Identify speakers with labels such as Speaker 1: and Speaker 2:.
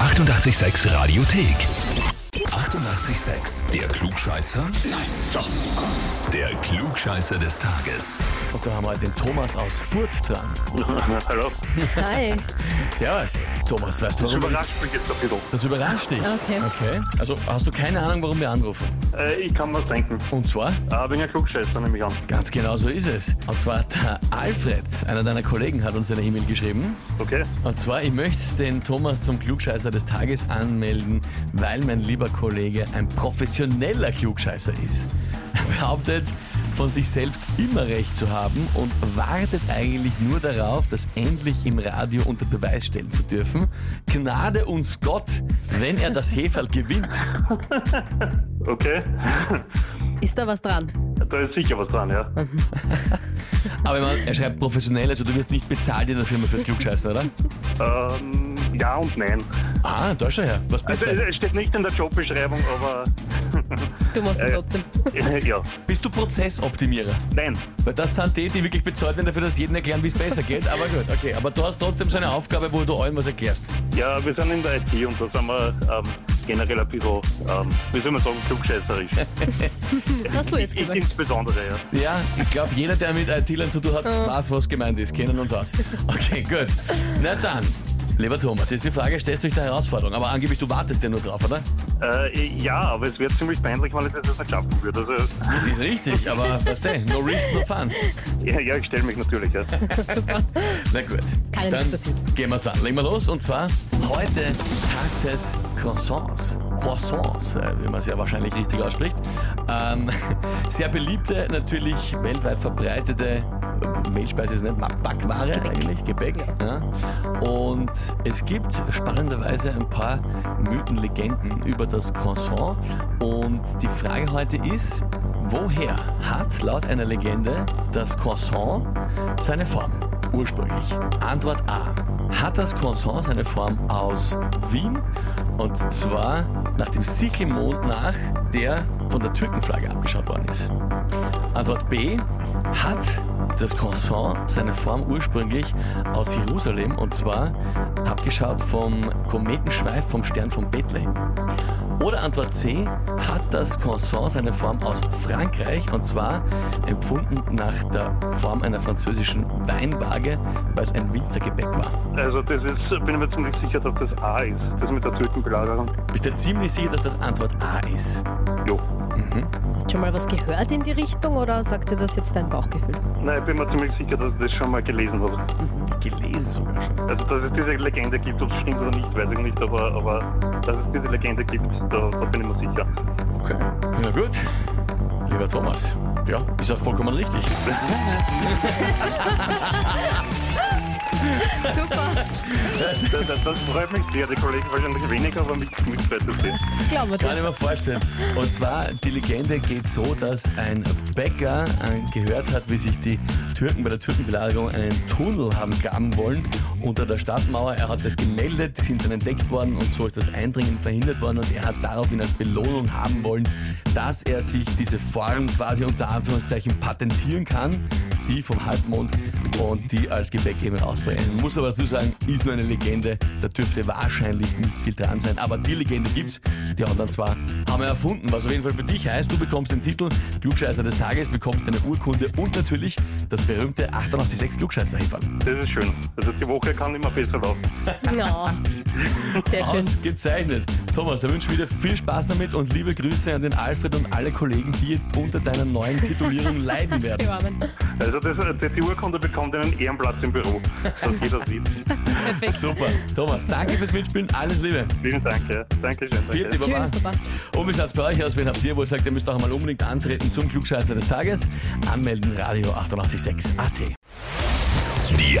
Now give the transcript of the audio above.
Speaker 1: 886 Radiothek. 88,6. Der Klugscheißer? Nein, doch. Der Klugscheißer des Tages.
Speaker 2: Und da haben wir den Thomas aus Furt dran.
Speaker 3: Hallo.
Speaker 4: Hi.
Speaker 2: Servus. Thomas, weißt du,
Speaker 3: Das
Speaker 2: warum wir-
Speaker 3: überrascht mich jetzt ein bisschen.
Speaker 2: Das überrascht dich.
Speaker 4: Okay.
Speaker 2: Okay. Also hast du keine Ahnung, warum wir anrufen?
Speaker 3: Äh, ich kann was denken.
Speaker 2: Und zwar,
Speaker 3: Ah, bin ein Klugscheißer, nehme ich an.
Speaker 2: ganz genau so ist es. Und zwar der Alfred, einer deiner Kollegen, hat uns eine E-Mail geschrieben.
Speaker 3: Okay.
Speaker 2: Und zwar, ich möchte den Thomas zum Klugscheißer des Tages anmelden, weil mein lieber Kollege ein professioneller Klugscheißer ist. Er behauptet, von sich selbst immer recht zu haben und wartet eigentlich nur darauf, das endlich im Radio unter Beweis stellen zu dürfen. Gnade uns Gott, wenn er das Heferl gewinnt.
Speaker 3: Okay.
Speaker 4: Ist da was dran?
Speaker 3: da ist sicher was dran, ja.
Speaker 2: Aber ich meine, er schreibt professionell, also du wirst nicht bezahlt in der Firma fürs Klugscheißen, oder?
Speaker 3: Ähm, ja und nein.
Speaker 2: Ah, da schon her. Was bist
Speaker 3: Also,
Speaker 2: du?
Speaker 3: es steht nicht in der Jobbeschreibung, aber
Speaker 4: Du machst es
Speaker 3: Äh.
Speaker 4: trotzdem.
Speaker 3: äh, ja.
Speaker 2: Bist du Prozessoptimierer?
Speaker 3: Nein.
Speaker 2: Weil das sind die, die wirklich bezahlt werden dafür, dass jedem erklären, wie es besser geht. Aber gut, okay. Aber du hast trotzdem so eine Aufgabe, wo du allen was erklärst.
Speaker 3: Ja, wir sind in der IT und da sind wir ähm, generell ein bisschen, ähm, wie soll man sagen, klugscheißerisch.
Speaker 4: Das hast du jetzt
Speaker 3: ich, ich
Speaker 4: gesagt.
Speaker 3: insbesondere, ja.
Speaker 2: Ja, ich glaube, jeder, der mit IT-Lern zu tun hat, weiß, was gemeint ist. Kennen uns aus. Okay, gut. Na dann, lieber Thomas, jetzt die Frage, stellst du dich der Herausforderung? Aber angeblich, du wartest ja nur drauf, oder?
Speaker 3: Äh, ja, aber es wäre ziemlich peinlich, wenn ich das jetzt nicht klappen würde. Also,
Speaker 2: Das ist richtig, aber weißt du, no risk, no fun.
Speaker 3: ja, ja, ich stelle mich natürlich, ja.
Speaker 2: Na gut.
Speaker 4: Kann ja
Speaker 2: dann
Speaker 4: nichts passieren.
Speaker 2: Gehen wir's an. Legen wir los. Und zwar heute Tag des Croissants. Croissants, äh, wie man es ja wahrscheinlich richtig ausspricht. Ähm, sehr beliebte, natürlich weltweit verbreitete äh, Mehlspeise ist nicht Ma- Backware eigentlich, Gebäck. Ja. Und es gibt spannenderweise ein paar Mythen, Legenden über das Croissant. Und die Frage heute ist, woher hat laut einer Legende das Croissant seine Form? ursprünglich? Antwort A. Hat das Croissant seine Form aus Wien? Und zwar nach dem Sickelmond nach, der von der Türkenflagge abgeschaut worden ist. Antwort B. Hat das Croissant seine Form ursprünglich aus Jerusalem und zwar abgeschaut vom Kometenschweif vom Stern von Bethlehem? Oder Antwort C, hat das Croissant seine Form aus Frankreich und zwar empfunden nach der Form einer französischen Weinwaage, weil es ein Winzergebäck war.
Speaker 3: Also das ist, bin ich mir ziemlich sicher, dass das A ist, das mit der Türkenbelagerung.
Speaker 2: Bist du ziemlich sicher, dass das Antwort A ist?
Speaker 3: Jo.
Speaker 2: Mhm.
Speaker 4: Hast du schon mal was gehört in die Richtung oder sagt dir das jetzt dein Bauchgefühl?
Speaker 3: Nein, ich bin mir ziemlich sicher, dass ich das schon mal gelesen habe.
Speaker 2: Gelesen sogar schon.
Speaker 3: Also, dass es diese Legende gibt, ob es stimmt oder nicht, weiß ich nicht, aber, aber dass es diese Legende gibt, da, da bin ich mir sicher.
Speaker 2: Okay. Ja gut, lieber Thomas. Ja, ist auch vollkommen richtig.
Speaker 4: Super,
Speaker 3: Das, das, das freut mich sehr, die Kollegen wahrscheinlich weniger, aber mich mit weitersehen.
Speaker 4: das glauben wir
Speaker 2: Kann ich
Speaker 4: dir.
Speaker 2: mir vorstellen. Und zwar, die Legende geht so, dass ein Bäcker äh, gehört hat, wie sich die Türken bei der Türkenbelagerung einen Tunnel haben graben wollen unter der Stadtmauer. Er hat das gemeldet, sind dann entdeckt worden und so ist das Eindringen verhindert worden und er hat daraufhin als Belohnung haben wollen, dass er sich diese Form quasi unter Anführungszeichen patentieren kann, die vom Halbmond und die als Gebäck eben rausbrennen. Muss aber dazu sagen, ist nur eine Legende, da dürfte wahrscheinlich nicht viel dran sein, aber die Legende gibt's, die anderen zwar haben wir erfunden, was auf jeden Fall für dich heißt, du bekommst den Titel Klugscheißer des Tages, bekommst eine Urkunde und natürlich das berühmte 886 klugscheißer -Häferl.
Speaker 3: Das ist schön. Also, die Woche kann immer besser laufen.
Speaker 4: No. Sehr schön.
Speaker 2: Ausgezeichnet. Thomas, da wünsche ich wieder viel Spaß damit und liebe Grüße an den Alfred und alle Kollegen, die jetzt unter deiner neuen Titulierung leiden werden.
Speaker 4: Die Armen.
Speaker 3: Also, das, das, die Urkunde bekommt einen Ehrenplatz im Büro, dass jeder sieht.
Speaker 4: Perfekt.
Speaker 2: Super. Thomas, danke fürs Mitspielen, alles Liebe.
Speaker 3: Vielen Dank, ja. Dankeschön.
Speaker 2: Viert,
Speaker 3: Danke.
Speaker 2: lieber
Speaker 4: Tschüss, Papa.
Speaker 2: Und wie schaut's bei euch aus, wenn habt ihr wohl sagt, ihr müsst auch einmal unbedingt antreten zum Klugscheißer des Tages? Anmelden, Radio 886 AT.
Speaker 1: Die